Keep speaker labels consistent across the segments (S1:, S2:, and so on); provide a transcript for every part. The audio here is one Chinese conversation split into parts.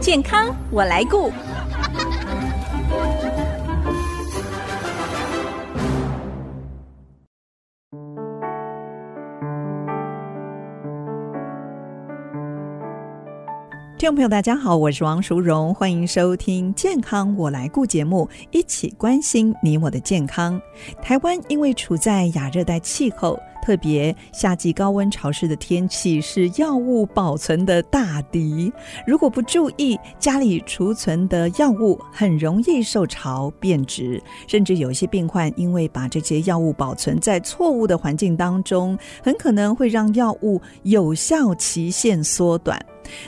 S1: 健康我来顾。
S2: 听众朋友，大家好，我是王淑荣，欢迎收听《健康我来顾》节目，一起关心你我的健康。台湾因为处在亚热带气候，特别夏季高温潮湿的天气是药物保存的大敌。如果不注意，家里储存的药物很容易受潮变质，甚至有一些病患因为把这些药物保存在错误的环境当中，很可能会让药物有效期限缩短。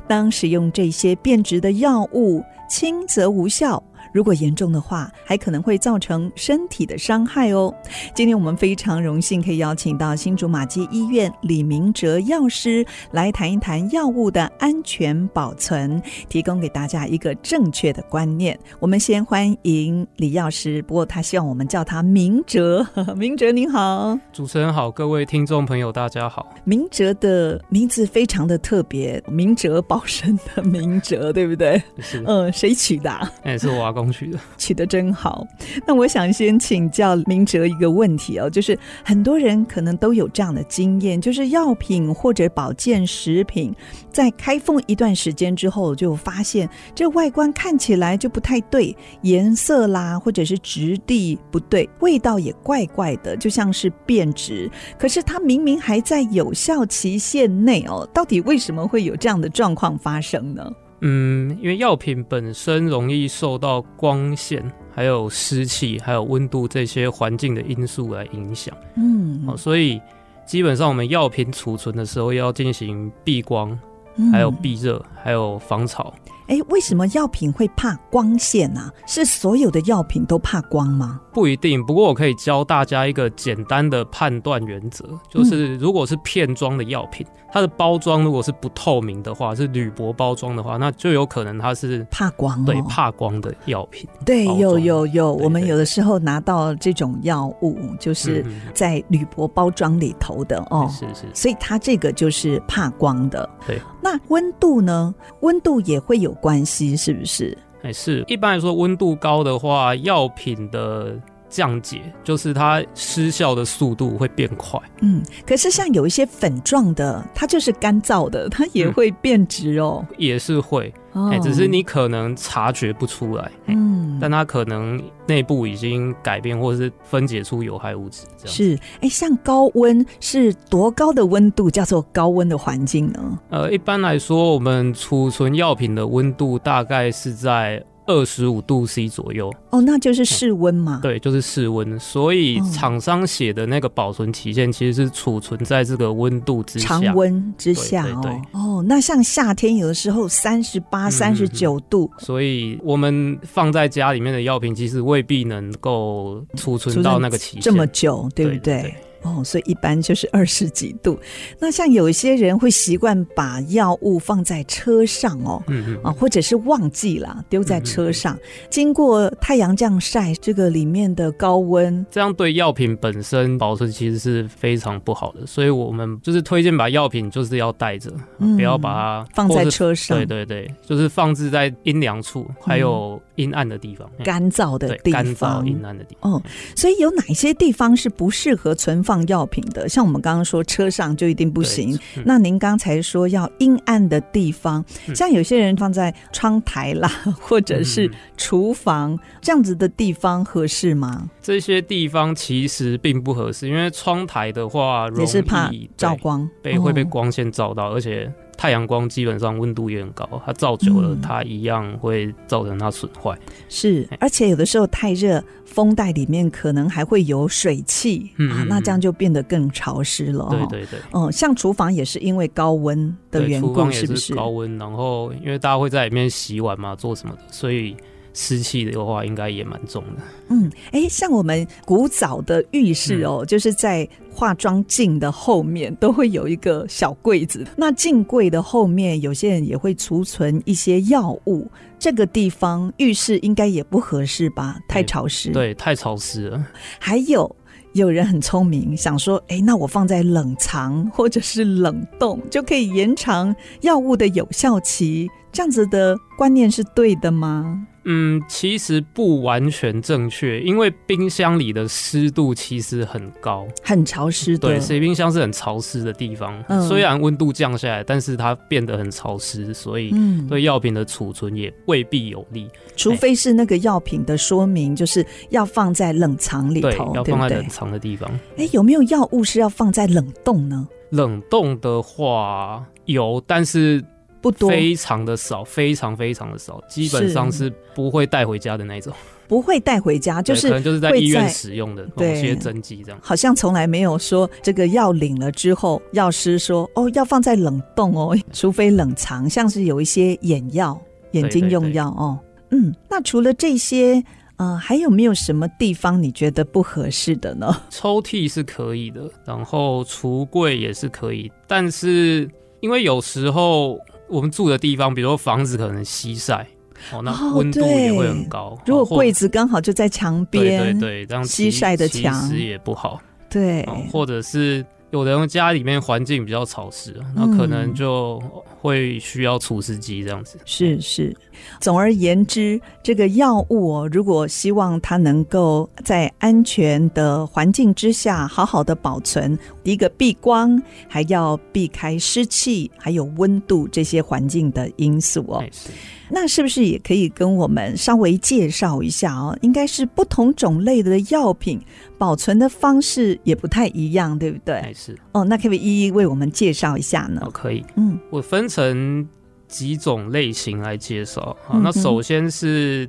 S2: 当使用这些变质的药物，轻则无效，如果严重的话，还可能会造成身体的伤害哦。今天我们非常荣幸可以邀请到新竹马偕医院李明哲药师来谈一谈药物的安全保存，提供给大家一个正确的观念。我们先欢迎李药师，不过他希望我们叫他明哲。 明哲您好。
S3: 主持人好，各位听众朋友，大家好。
S2: 明哲的名字非常的特别，明哲保身的明哲，对不对？
S3: 是，
S2: 嗯，谁取的、啊？
S3: 哎、是我阿公取的。
S2: 取得真好。那我想先请教明哲一个问题哦，就是很多人可能都有这样的经验，就是药品或者保健食品在开封一段时间之后，就发现这外观看起来就不太对，颜色啦，或者是质地不对，味道也怪怪的，就像是变质。可是它明明还在有效期限内哦，到底为什么会有这样的状况发生呢？
S3: 嗯，因为药品本身容易受到光线、还有湿气、还有温度这些环境的因素来影响。
S2: 嗯
S3: 哦，所以基本上我们药品储存的时候要进行避光、
S2: 嗯
S3: 还有避热、还有防潮。
S2: 哎，为什么药品会怕光线呢、是所有的药品都怕光吗？
S3: 不一定，不过我可以教大家一个简单的判断原
S2: 嗯
S3: 则，就是如果是片装的药品，它的包装如果是不透明的话，是铝箔包装的话，那就有可能它是
S2: 怕光、哦，
S3: 对怕光的药品。
S2: 对，
S3: 包
S2: 有
S3: 装
S2: 有有，
S3: 对
S2: 我们
S3: 对
S2: 有的时候拿到这种药物，就是
S3: 嗯嗯
S2: 在铝箔包装里头的哦，
S3: 是是，
S2: 所以它这个就是怕光的。
S3: 对，
S2: 那温度呢？温度也会有关系，是不是？
S3: 哎是。一般来说，温度高的话，药品的降解就是它失效的速度会变快。
S2: 嗯，可是像有一些粉状的，它就是干燥的，它也会变质哦。
S3: 也是会，
S2: 哦
S3: 嗯哎、只是你可能察觉不出来，哎
S2: 嗯
S3: 但它可能内部已经改变或是分解出有害物质，这样
S2: 是，哎，像高温是多高的温度叫做高温的环境呢？
S3: 呃，一般来说，我们储存药品的温度大概是在二十五度 C 左右，
S2: 哦，那就是室温嘛。
S3: 对，就是室温。所以
S2: 嗯
S3: 厂商写的那个保存期限，其实是储存在这个温度之下。
S2: 常温之下
S3: 对对对
S2: 哦，哦，那像夏天有的时候三十八、
S3: 嗯
S2: 三十九度，
S3: 所以我们放在家里面的药品，其实未必能够储
S2: 储
S3: 存
S2: 存
S3: 到那个期限，
S2: 这么久，对不对？
S3: 对？
S2: 哦，所以一般就是二十几度。那像有一些人会习惯把药物放在车上哦，
S3: 嗯
S2: 啊，
S3: 嗯，
S2: 或者是忘记了丢在
S3: 嗯嗯
S2: 车
S3: 嗯
S2: 上，经过太阳这样晒，这个里面的高温
S3: 这样对药品本身保存其实是非常不好的。所以我们就是推荐把药品就是要带着，
S2: 嗯
S3: 啊不要把它
S2: 放
S3: 或
S2: 在
S3: 是
S2: 车上，
S3: 对对对，就是放置在阴凉处，还有阴暗的地方，嗯
S2: 干燥的
S3: 对
S2: 地
S3: 干燥
S2: 方。
S3: 阴暗的地方。
S2: 哦，所以有哪些地方是不适合存放药品的？像我们刚刚说车上就一定不
S3: 对
S2: 行。，
S3: 嗯
S2: 那您刚才说要阴暗的地方，
S3: 嗯
S2: 像有些人放在窗台啦，或者是
S3: 嗯嗯
S2: 厨房这样子的地方合适吗？
S3: 这些地方其实并不合适，因为窗台的话容易
S2: 也是怕
S3: 对
S2: 照光，
S3: 被会被
S2: 哦
S3: 光线照到，而且太阳光基本上温度也很高，它照久了
S2: 嗯
S3: 它一样会造成它损坏。
S2: 是，
S3: 哎
S2: 而且有的时候太热，风袋里面可能还会有水汽、
S3: 嗯
S2: 啊
S3: 嗯，
S2: 那
S3: 嗯
S2: 这样就变得更潮湿了、哦。
S3: 对对对。
S2: 哦，像厨房也是因为高温的
S3: 对，
S2: 缘
S3: 厨
S2: 故，
S3: 房也
S2: 是不是？
S3: 高温，然后因为大家会在里面洗碗嘛，做什么的，所以湿气的话应该也蛮重的。
S2: 嗯，哎，像我们古早的浴室哦，
S3: 嗯
S2: 就是在化妆镜的后面都会有一个小柜子，那镜柜的后面有些人也会储存一些药物，这个地方浴室应该也不合适吧？太潮湿。，
S3: 对，太潮湿了。
S2: 还有。有人很聪明，想说，哎，那我放在冷藏或者是冷冻，就可以延长药物的有效期，这样子的观念是对的吗？
S3: 嗯，其实不完全正确，因为冰箱里的湿度其实很高，
S2: 很潮湿的，
S3: 对，所以冰箱是很潮湿的地方。
S2: 嗯
S3: 虽然温度降下来，但是它变得很潮湿，所以
S2: 嗯，
S3: 对药品的储存也未必有利。
S2: 除非是那个药品的说明，就是要放在冷藏里
S3: 对，
S2: 头，
S3: 要
S2: 对
S3: 放
S2: 不
S3: 在
S2: 对
S3: 冷？藏的地方。
S2: 哎，有没有药物是要放在冷冻呢？
S3: 冷冻的话有，但是
S2: 不多，
S3: 非常的少，非常非常的少，基本上是不会带回家的那种，
S2: 不会带回家，就
S3: 对可
S2: 是
S3: 能就是在
S2: 会
S3: 医院
S2: 在
S3: 使用的某
S2: 对
S3: 些针剂这样。
S2: 好像从来没有说这个药领了之后，药师说哦要放在冷冻哦，除非冷藏，像是有一些眼药、眼睛用药哦。嗯，那除了这些，呃，还有没有什么地方你觉得不合适的
S3: 哦
S2: 呢？
S3: 抽屉是可以的，然后橱柜也是可以，但是因为有时候我们住的地方，比如说房子可能西晒，哦，
S2: 哦
S3: 那温度也会很
S2: 对
S3: 高。哦
S2: 如果
S3: 或
S2: 柜子刚好就在墙
S3: 对
S2: 边，
S3: 对对，这样
S2: 西
S3: 其
S2: 晒的墙
S3: 其实也不好。
S2: 对
S3: 哦，或者是有的人家里面环境比较潮湿，那可能就会需要除湿机这样子。
S2: 是是，总而言之，这个药物哦，如果希望它能够在安全的环境之下好好的保存，第一个避光，还要避开湿气，还有温度这些环境的因素哦
S3: 哎。是
S2: 那是不是也可以跟我们稍微介绍一下哦？应该是不同种类的药品保存的方式也不太一样，对不对？
S3: 哎是，
S2: 哦，那可不可以一一为我们介绍一下呢
S3: 哦？可以，
S2: 嗯，
S3: 我分成几种类型来介绍。好，
S2: 嗯哼
S3: 那首先是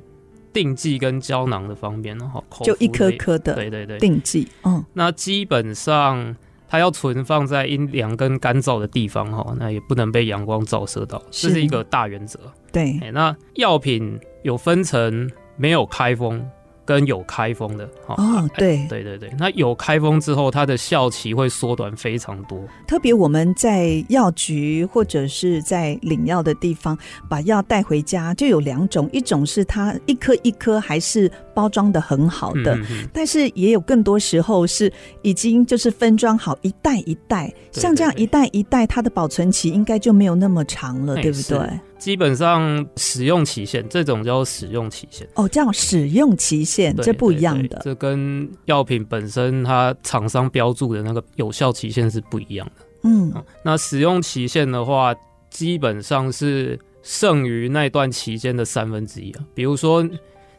S3: 定剂跟胶囊的方面，然后口服
S2: 就一颗
S3: 类
S2: 颗的
S3: 对对对，
S2: 定剂，嗯。
S3: 那基本上。它要存放在阴凉跟干燥的地方哈，那也不能被阳光照射到，这
S2: 是嗯
S3: 是一个大原则。
S2: 对
S3: 哎、，那药品有分成没有开封跟有开封的。哦
S2: 哦，对，
S3: 对对对，那有开封之后，它的效期会缩短非常多。
S2: 特别我们在药局或者是在领药的地方，把药带回家就有两种，一种是它一颗一颗还是包装的很好的。
S3: 嗯嗯
S2: 但是也有更多时候是已经就是分装好一袋一袋，
S3: 对
S2: 像这样
S3: 对对
S2: 一袋一袋，它的保存期应该就没有那么长了，
S3: 哎
S2: 对不
S3: 是
S2: 对？
S3: 嗯基本上使用期限，这种叫使用期限，
S2: 哦，这样使用期限
S3: 对
S2: 这不一样
S3: 对对
S2: 的，
S3: 这跟药品本身它厂商标注的那个有效期限是不一样的。
S2: 嗯，
S3: 嗯那使用期限的话，基本上是剩余那段期间的三分之一啊。比如说，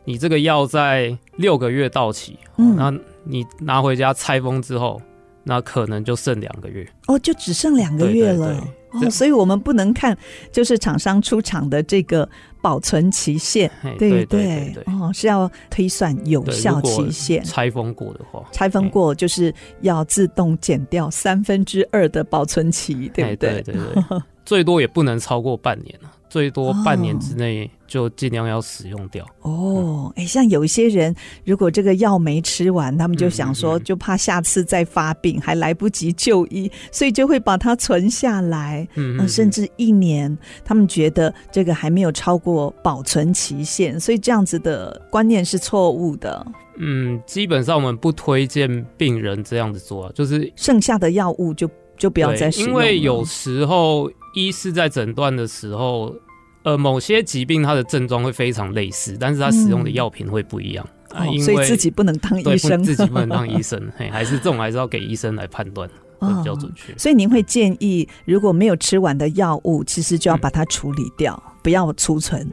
S3: 你这个药在六个月到期，哦
S2: 嗯
S3: 那你拿回家拆封之后，那可能就剩两个月。
S2: 哦，就只剩两个
S3: 对
S2: 月
S3: 对
S2: 了。
S3: 对
S2: 哦，所以我们不能看就是厂商出厂的这个保存期限，
S3: 嘿
S2: 对
S3: 对
S2: 不
S3: 对对，
S2: 哦，是要推算有
S3: 对
S2: 效
S3: 如果
S2: 期限。
S3: 拆嗯封过的话，
S2: 拆分过就是要自动减掉三分之二的保存期，对
S3: 哎
S2: 不
S3: 对对对 最多也不能超过半年啊，最多半年之内就尽量要使用掉。
S2: 哦，哎，像有一些人，如果这个药没吃完，他们就想说，
S3: 嗯嗯嗯
S2: 就怕下次再发病，还来不及就医，所以就会把它存下来。
S3: 嗯
S2: 嗯，甚至一年，他们觉得这个还没有超过保存期限，所以这样子的观念是错误的。
S3: 嗯，基本上我们不推荐病人这样子做啊，就是
S2: 剩下的药物就就不要
S3: 对
S2: 再使用
S3: 因
S2: 了
S3: 为有时候医师在诊断的时候，呃，某些疾病它的症状会非常类似，但是它使用的
S2: 嗯
S3: 药品会不一样、啊，
S2: 哦
S3: 因为
S2: 所以自己不能当
S3: 对
S2: 医生，哦
S3: 不自己不 能当医生，嘿，还是这种还是要给医生来判断会比较准
S2: 哦
S3: 确。
S2: 所以您会建议，如果没有吃完的药物，其实就要把它处理掉，不要储存。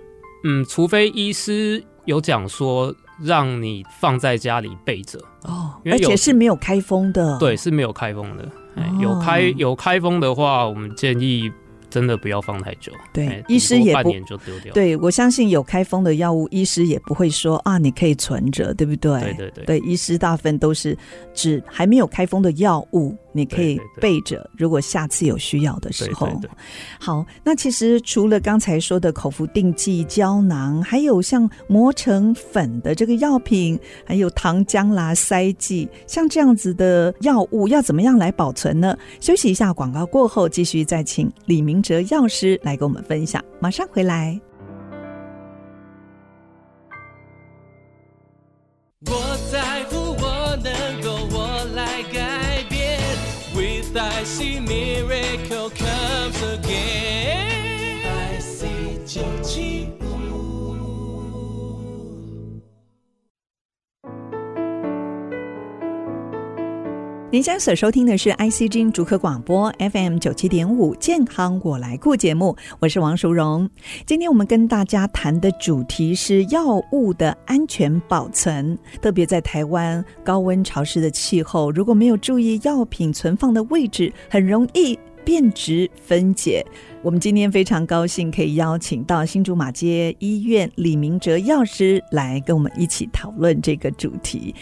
S3: 嗯，除非医师有讲说让你放在家里备着，
S2: 哦，
S3: 嗯因
S2: 而
S3: 为有
S2: 且是没有开封的。
S3: 对，，是没有开封的。哎
S2: 哦
S3: 有开有开封的话，我们建议真的不要放太久。
S2: 对
S3: 哎
S2: 医
S3: 顶
S2: 师
S3: 多
S2: 也
S3: 半
S2: 不
S3: 年就丢掉。
S2: 对我相信有开封的药物，医师也不会说啊，你可以存着，对不对？
S3: 对对对
S2: 对，医师大部分都是指还没有开封的药物，你可以
S3: 对对对
S2: 备着，如果下次有需要的时
S3: 对
S2: 候。
S3: 对对，
S2: 好，那其实除了刚才说的口服定剂胶囊，还有像磨成粉的这个药品，还有糖浆啦、塞剂，像这样子的药物要怎么样来保存呢？休息一下广告过后，继续再请李明哲药师来跟我们分享，马上回来。
S1: 我在乎，我能够，我来改变。With I see miracle comes again。I see 九七五。
S2: 您现在所收听的是 IC 之音逐客广播 FM 九七点五健康我来顾节目，我是王淑荣。今天我们跟大家谈的主题是药物的安全保存，特别在台湾高温潮湿的气候，如果没有注意药品存放的位置，很容易变质分解。我们今天非常高兴可以邀请到新竹马街医院李明哲药师来跟我们一起讨论这个主题。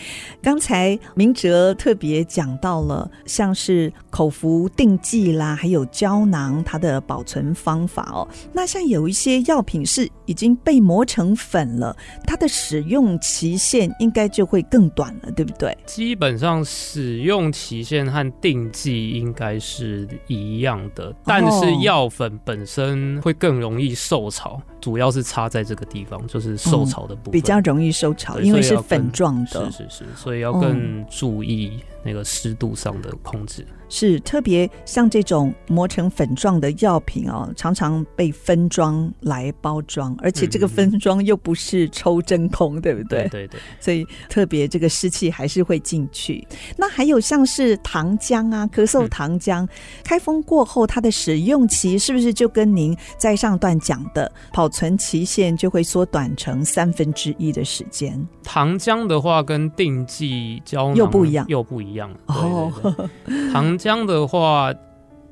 S2: 刚才明哲特别讲到了，像是口服定剂啦，还有胶囊，它的保存方法哦。那像有一些药品是已经被磨成粉了，它的使用期限应该就会更短了，对不对？
S3: 基本上使用期限和定剂应该是一样的，但
S2: 哦
S3: 是药粉本身会更容易受潮，主要是差在这个地方，就是受潮的部分、
S2: 嗯比较容易受潮，
S3: 对
S2: 因为
S3: 所以
S2: 是
S3: 要
S2: 粉
S3: 分
S2: 状的嗯
S3: 是。是是，所以要更注意那个湿度上的控制。
S2: 是特别像这种磨成粉状的药品哦，常常被分装来包装，而且这个
S3: 嗯嗯嗯
S2: 分装又不是抽真空，对不对？
S3: 对对，
S2: 所以特别这个湿气还是会进去。那还有像是糖浆啊，咳嗽
S3: 嗯
S2: 糖浆，开封过后它的使用期是不是就跟您在上段讲的保存期限就会缩短成三分之一的时间？
S3: 糖浆的话跟定剂胶囊
S2: 又不一样
S3: 又不一样。对
S2: 哦
S3: 对对糖浆的话，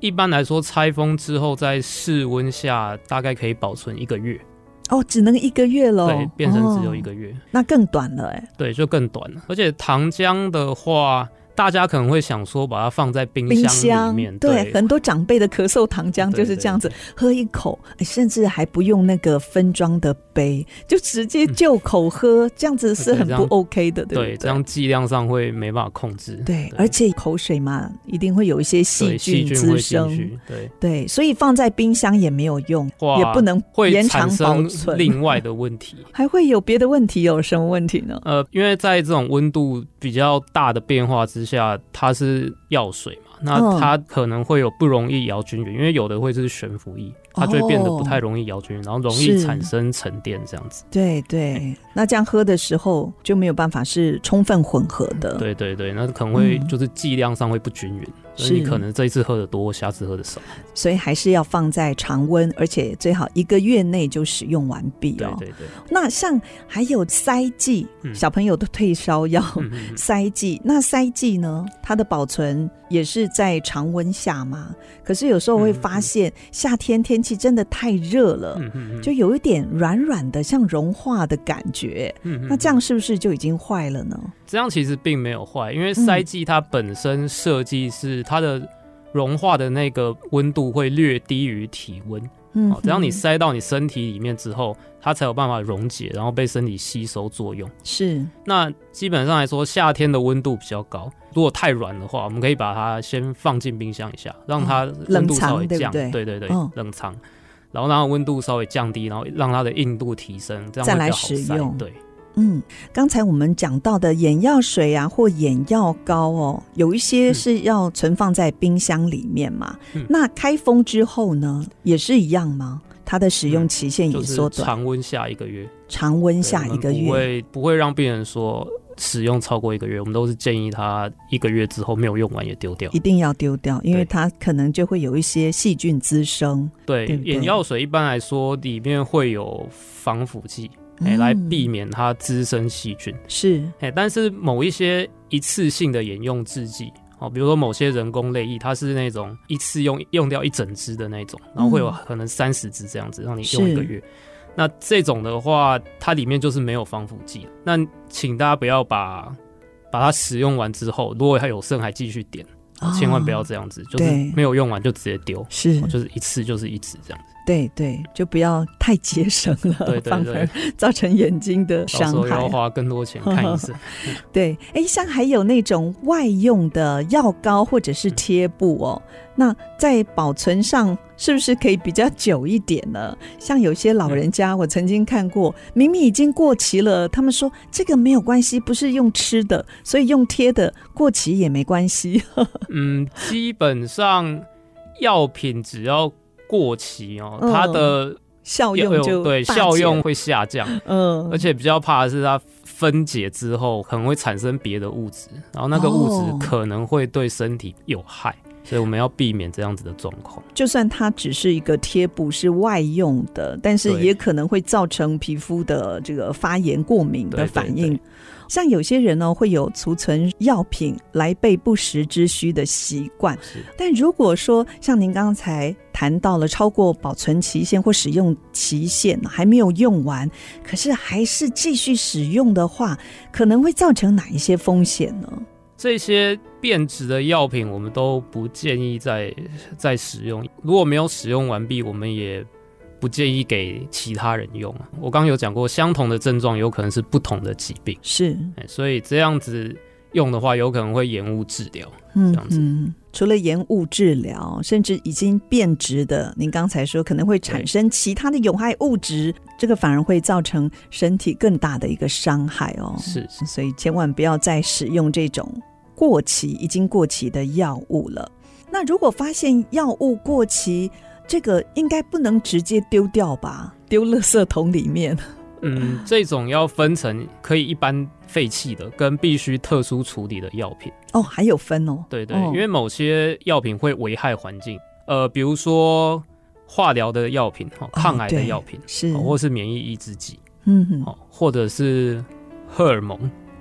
S3: 一般来说拆封之后，在室温下大概可以保存一个月，
S2: 哦，只能一个月喽，
S3: 对，变成只有一
S2: 哦
S3: 个月，
S2: 那更短了哎，
S3: 对，就更短了。而且糖浆的话。大家可能会想说，把它放在冰
S2: 冰
S3: 箱
S2: 箱
S3: 里面，
S2: 对，很多长辈的咳嗽糖浆就是这样子，。喝一口，哎甚至还不用那个分装的杯，就直接就口喝，这样子是很
S3: 对这
S2: 不
S3: 样
S2: OK 的，
S3: 对
S2: 对
S3: 对
S2: 不
S3: 对对，这样剂量上会没办法控制。
S2: 对，而且口水嘛，一定会有一些
S3: 对
S2: 细
S3: 细
S2: 菌
S3: 菌
S2: 滋
S3: 会进
S2: 生，
S3: 去，对，
S2: 对，所以放在冰箱也没有用，
S3: 哇
S2: 也不能
S3: 会
S2: 延
S3: 产
S2: 长保
S3: 生
S2: 存，
S3: 另外的问题。
S2: 还会有别的问题，有什么问题呢？
S3: 呃，因为在这种温度比较大的变化之下，它是药水嘛，
S2: 嗯
S3: 那它可能会有不容易摇均匀，因为有的会是悬浮液，它就会变得不太容易摇均匀，然后容易
S2: 哦是
S3: 产生沉淀这样子。
S2: 对对，那这样喝的时候就没有办法是充分混合的，
S3: 对对对，那可能会
S2: 嗯
S3: 就是剂量上会不均匀，所以你
S2: 是
S3: 可能这一次喝的多，下次喝的少。
S2: 所以还是要放在常温，而且最好一个月内就使用完毕
S3: 对
S2: 哦。
S3: 对对，
S2: 那像还有塞剂，
S3: 嗯
S2: 小朋友的退烧药。
S3: 嗯嗯嗯
S2: 塞剂，那塞剂呢？它的保存也是在常温下嘛。可是有时候会发现，夏天天气真的太热了，
S3: 嗯嗯嗯，
S2: 就有一点软软的，像融化的感觉。
S3: 嗯嗯
S2: 那
S3: 嗯
S2: 这样是不是就已经坏了呢？
S3: 这样其实并没有坏，因
S2: 嗯
S3: 为塞剂它本身设计是它的融化的那个温度会略低于体温，
S2: 嗯
S3: 哦，，只要你塞到你身体里面之后，它才有办法溶解，然后被身体吸收作用。
S2: 嗯是
S3: 那基本上来说，夏天的温度比较高，如果太软的话，我们可以把它先放进冰箱一下，让它温度稍微
S2: 嗯冷藏
S3: 降，
S2: 对不对
S3: 对对对
S2: 嗯
S3: 冷藏，然后让它温度稍微降低，然后让它的硬度提升，这样
S2: 再
S3: 会比
S2: 来
S3: 较好
S2: 使
S3: 塞
S2: 用
S3: 对，
S2: 嗯，刚才我们讲到的眼药水啊，或眼药膏哦，有一些
S3: 嗯
S2: 是要存放在冰箱里面嘛。
S3: 嗯
S2: 那开封之后呢，也是一样吗？它的使用期限也
S3: 嗯就
S2: 缩
S3: 是
S2: 短，
S3: 常温下一个月。
S2: 常温下
S3: 对
S2: 一
S3: 我们
S2: 个
S3: 不
S2: 月。
S3: 会不会让病人说使用超过一个月，我们都是建议他一个月之后没有用完也丢掉
S2: 一。定要丢掉，因为
S3: 对
S2: 它可能就会有一些细菌滋生，
S3: 对，
S2: 对不对
S3: 眼药水一般来说里面会有防腐剂，哎、
S2: 嗯
S3: 来避免它滋生细菌。
S2: 是
S3: 哎、但是某一些一次性的眼用制剂。哦，比如说某些人工泪液，它是那种一次用用掉一整支的那种，然后会有
S2: 嗯
S3: 可能三十支这样子，让你用
S2: 是
S3: 一个月。那这种的话，它里面就是没有防腐剂。那请大家不要把把它使用完之后，如果还有剩还继续点，
S2: 哦
S3: 千万不要这样子，就是
S2: 对
S3: 没有用完就直接丢，哦
S2: 是，
S3: 就是一次就是一支这样子。
S2: 对对，就不要太节省了，
S3: 对对
S2: 反
S3: 对
S2: 而，造成眼睛的
S3: 到
S2: 呃伤
S3: 时候
S2: 害
S3: 要。花更多钱看医生。
S2: 对，哎，像还有那种外用的药膏或者是贴布哦，那在保存上是不是可以比较久一点呢？像有些老人家，我曾经看过，明明已经过期了，他们说这个没有关系，不是用吃的，所以用贴的过期也没关系。
S3: 嗯，基本上药品只要过期哦，
S2: 嗯
S3: 它的哎
S2: 效用就
S3: 对
S2: 大减
S3: 效用，会下降，
S2: 嗯，
S3: 而且比较怕的是它分解之后可能会产生别的物质，然后那个物
S2: 哦
S3: 质可能会对身体有害，所以我们要避免这样子的状况。
S2: 就算它只是一个贴布是外用的，但是
S3: 对
S2: 也可能会造成皮肤的这个发炎、过敏的
S3: 对对
S2: 反
S3: 对
S2: 应。像有些人呢，会有储存药品来备不时之需的习惯。
S3: 是
S2: 但如果说像您刚才谈到了超过保存期限或使用期限还没有用完，可是还是继续使用的话，可能会造成哪一些风险呢？
S3: 这些变质的药品，我们都不建议再再使用。如果没有使用完毕，我们也不建议给其他人用啊。我刚刚有讲过，相同的症状有可能是不同的疾病，
S2: 是，
S3: 哎所以这样子用的话，有可能会延误治疗。
S2: 嗯
S3: 这样子
S2: 嗯，除了延误治疗，甚至已经变质的，您刚才说可能会产生其他的有害物质，这个反而会造成身体更大的一个伤害哦。
S3: 是是
S2: 所以千万不要再使用这种过期、已经过期的药物了。那如果发现药物过期，这个应该不能直接丢掉吧？丢垃圾桶里面。
S3: 嗯，这种要分成可以一般废弃的，跟必须特殊处理的药品。
S2: 哦，还有分哦。
S3: 对对，
S2: 哦
S3: 因为某些药品会危害环境，呃，比如说化疗的药品、哦、抗癌的
S2: 对
S3: 药品、
S2: 是，
S3: 哦或是免疫抑制剂，
S2: 嗯哼，
S3: 哦，或者是荷尔蒙，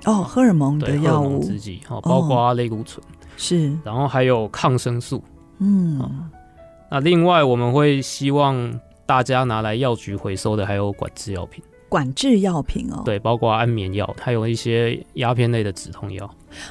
S2: 哦，荷尔蒙的
S3: 对，荷
S2: 药
S3: 尔蒙
S2: 物
S3: 制剂，哦，包括类固醇，
S2: 是，
S3: 然后还有抗生素。哦
S2: 嗯。
S3: 那另外我们会希望大家拿来药局回收的，还有管制药品，
S2: 管制药品哦。
S3: 对，包括安眠药，还有一些鸦片类的止痛药。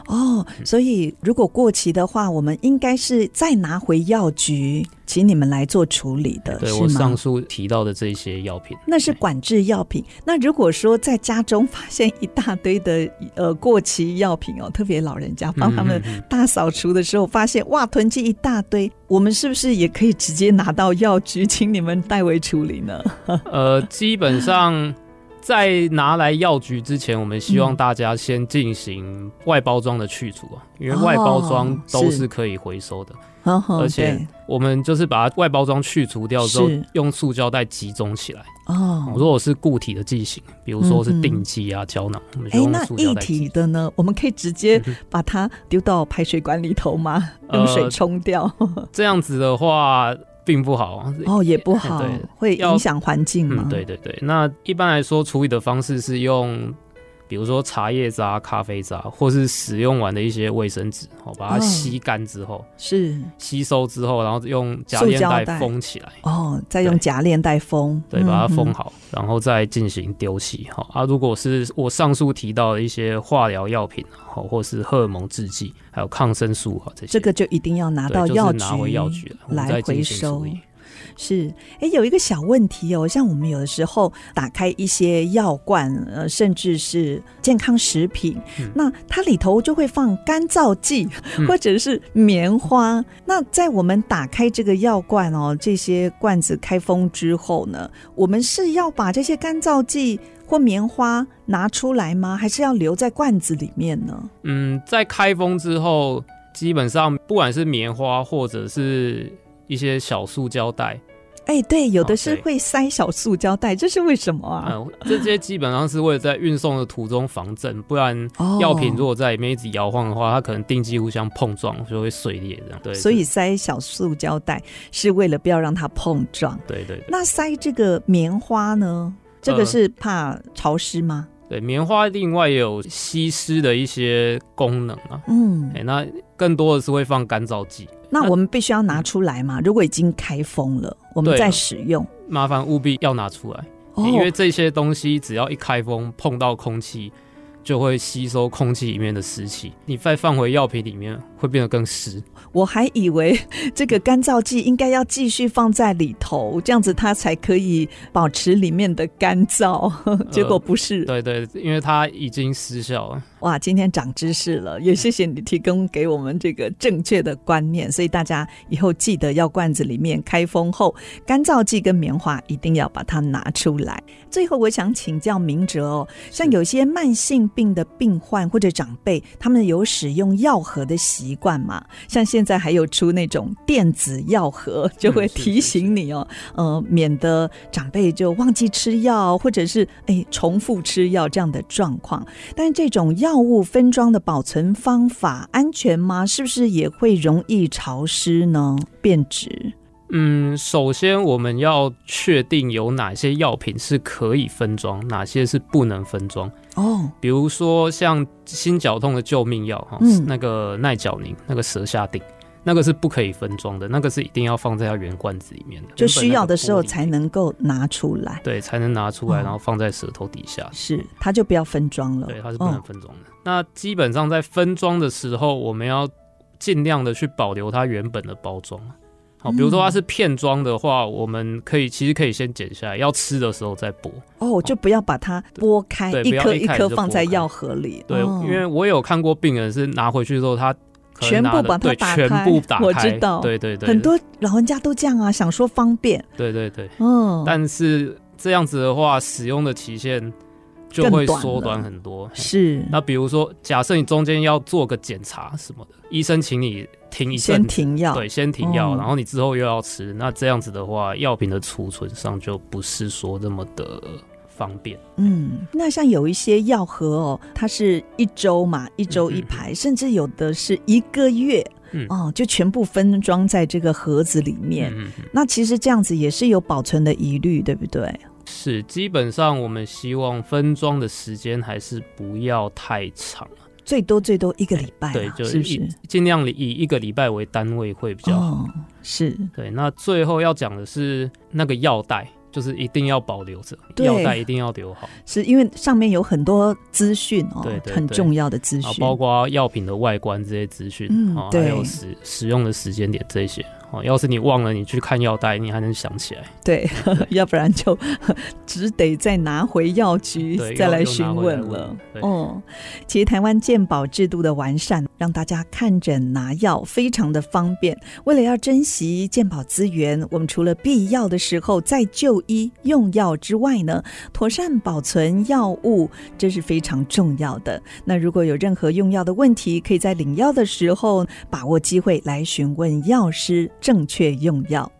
S2: 哦，
S3: 嗯
S2: 所以如果过期的话，我们应该是再拿回药局，请你们来做处理的，
S3: 对
S2: 呃是
S3: 我上
S2: 吗？
S3: 述提到的这些药品，
S2: 那是管制药品。那如果说在家中发现一大堆的呃过期药品哦，特别老人家帮他们
S3: 嗯嗯嗯
S2: 大扫除的时候发现哇囤积一大堆，我们是不是也可以直接拿到药局，请你们代为处理呢？
S3: 呃，基本上在拿来药局之前，我们希望
S2: 嗯
S3: 大家先进行外包装的去除啊，因为
S2: 哦
S3: 外包装都
S2: 是
S3: 是可以回收的，
S2: 呵呵
S3: 而且
S2: 哦对
S3: 我们就是把它外包装去除掉之后
S2: 是，
S3: 用塑胶袋集中起来。
S2: 哦，
S3: 如果是固体的剂型，比如说是
S2: 嗯嗯
S3: 定剂啊、胶囊，我们就
S2: 哎，
S3: 用
S2: 那
S3: 塑胶
S2: 一
S3: 袋集
S2: 体的呢？我们可以直接
S3: 嗯
S2: 把它丢到排水管里头吗？用水
S3: 呃
S2: 冲掉？
S3: 这样子的话并不好啊。
S2: 哦，也不好
S3: 对，
S2: 会
S3: 要
S2: 影响环境吗？
S3: 嗯，对，对对。那一般来说，处理的方式是用，比如说茶叶渣、咖啡渣，或是使用完的一些卫生纸，哦，把它
S2: 嗯
S3: 吸干之后、
S2: 是
S3: 吸收之后，然后用夹
S2: 塑
S3: 链
S2: 胶
S3: 袋
S2: 袋
S3: 封起来，
S2: 哦，再用
S3: 对
S2: 夹链带封，
S3: 对，把它封
S2: 嗯。
S3: 好，然后再进行丢弃。好、啊，如果是我上述提到的一些化疗药品，啊好、或是荷尔蒙制剂，还有抗生素啊、这些，
S2: 这个就一定要拿
S3: 对
S2: 到
S3: 就是
S2: 药
S3: 拿回药局我们
S2: 来
S3: 再进
S2: 回
S3: 行
S2: 收
S3: 处理。
S2: 是，哎，有一个小问题哦，像我们有的时候打开一些药罐，呃，甚至是健康食品，
S3: 嗯
S2: 那它里头就会放干燥剂、
S3: 嗯
S2: 或者是棉花。那在我们打开这个药罐哦，这些罐子开封之后呢，我们是要把这些干燥剂或棉花拿出来吗？还是要留在罐子里面呢？
S3: 嗯，在开封之后，基本上不管是棉花或者是一些小塑胶袋，
S2: 哎，对，有的
S3: 哦
S2: 是
S3: 对
S2: 会塞小塑胶袋，这是为什么啊？
S3: 嗯、这些基本上是为了在运送的途中防震，不然
S2: 哦
S3: 药品如果在里面一直摇晃的话，它可能定期互相碰撞就会碎裂这样。对，
S2: 所以
S3: 这
S2: 塞小塑胶袋是为了不要让它碰撞。
S3: 对对对
S2: 那塞这个棉花呢？这个
S3: 呃
S2: 是怕潮湿吗？
S3: 对，棉花另外也有吸湿的一些功能啊。
S2: 嗯
S3: 哎、，那更多的是会放干燥剂，
S2: 那我们必须要拿出来嘛。如果已经开封了，我们
S3: 嗯对
S2: 再使用。哦
S3: 麻烦务必要拿出来。因为这些东西只要一开封碰到空气，就会吸收空气里面的湿气，你再放回药品里面会变得更湿。
S2: 我还以为 这个干燥剂应该要继续放在里头，这样子它才可以保
S3: 呃
S2: 持里面的干燥。结果不是。
S3: 对对，因为它已经失效了，
S2: 哇，今天长知识了，也谢谢你提供给我们这个正确的观念。所以大家以后记得要罐子里面开封后，干燥剂跟棉花一定要把它拿出来。最后，我想请教明哲哦，像有些慢性病的病患或者长辈，他们有使用药盒的习惯吗？像现在还有出那种电子药盒，就会
S3: 嗯是是
S2: 提醒你哦，呃，免得长辈就忘记吃药，或者是哎重复吃药这样的状况。但这种药物分装的保存方法安全吗？是不是也会容易潮湿呢？变质？
S3: 嗯，首先我们要确定有哪些药品是可以分装，哪些是不能分装。
S2: 哦，
S3: 比如说像心绞痛的救命药哈，
S2: 嗯
S3: 那个耐角宁，那个舌下定，那个是不可以分装的，那个是一定要放在它原罐子里面的，
S2: 就
S3: 原本那
S2: 需
S3: 个
S2: 要的时候
S3: 玻璃
S2: 才能够拿出来，
S3: 对才能拿出来，
S2: 哦
S3: 然后放在舌头底下。
S2: 是它就不要分装了。
S3: 嗯对，它是不能分装的。那基本上在分装的时候，我们要尽量的去保留它原本的包装。好，比如
S2: 嗯
S3: 说它是片装的话，我们可以其实可以先剪下来，要吃的时候再剥。
S2: 哦，哦就不要把它剥开，
S3: 对
S2: 一
S3: 不要
S2: 颗
S3: 一开始
S2: 颗
S3: 就
S2: 放
S3: 剥
S2: 在
S3: 开
S2: 药盒里。
S3: 对，
S2: 哦
S3: 因为我有看过病人是拿回去之后，他可能
S2: 全部
S3: 拿的
S2: 把它
S3: 对
S2: 打开
S3: 全部打开，
S2: 我知道
S3: 对对对，
S2: 很多老人家都这样啊，想说方便。
S3: 对对对。
S2: 嗯，
S3: 但是这样子的话，使用的期限就
S2: 更
S3: 会
S2: 短
S3: 缩
S2: 了
S3: 短很多。嘿
S2: 是
S3: 那比如说，假设你中间要做个检查什么的，医生请你停一阵
S2: 先
S3: 子
S2: 停药。
S3: 对，先停药，
S2: 嗯
S3: 然后你之后又要吃，那这样子的话，药品的储存上就不是说那么的方便。
S2: 嗯，那像有一些药盒哦，它是一周嘛，一周
S3: 嗯嗯
S2: 一排，甚至有的是一个月，
S3: 嗯
S2: 哦，就全部分装在这个盒子里面。
S3: 嗯，嗯
S2: 那其实这样子也是有保存的疑虑，对不对？
S3: 是，基本上我们希望分装的时间还是不要太长，
S2: 最多最多一个礼拜、啊，
S3: 对，就是
S2: 不
S3: 一
S2: 是？
S3: 尽量以一个礼拜为单位会比较好。
S2: 哦，是
S3: 对，那最后要讲的是那个药袋，就是一定要保留着，
S2: 对
S3: 药袋一定要留好，
S2: 是因为上面有很多资讯哦，
S3: 对对
S2: 很
S3: 对
S2: 重要的资
S3: 啊
S2: 讯，，
S3: 包括药品的外观这些资讯，
S2: 嗯
S3: 哦，
S2: 对
S3: 还有使使用的时间点这些。哦，要是你忘了，你去看药袋，你还能想起来。
S2: 对， 要不然就 只得再拿回药局
S3: 对
S2: 再
S3: 又
S2: 来
S3: 又拿
S2: 询
S3: 回来
S2: 问
S3: 问
S2: 了。
S3: 对
S2: 哦，其实台湾健保制度的完善，让大家看诊拿药非常的方便。为了要珍惜健保资源，我们除了必要的时候再就医用药之外呢，妥善保存药物，这是非常重要的。那如果有任何用药的问题，可以在领药的时候把握机会来询问药师正确用药。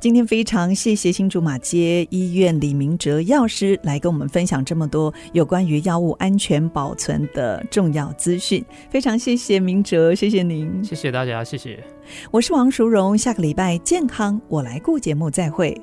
S2: 今天非常谢谢新竹马街医院李明哲药师来跟我们分享这么多有关于药物安全保存的重要资讯，非常谢谢明哲，谢谢您，
S3: 谢谢大家，谢谢。
S2: 我是王淑荣，下个礼拜健康我来顾节目再会。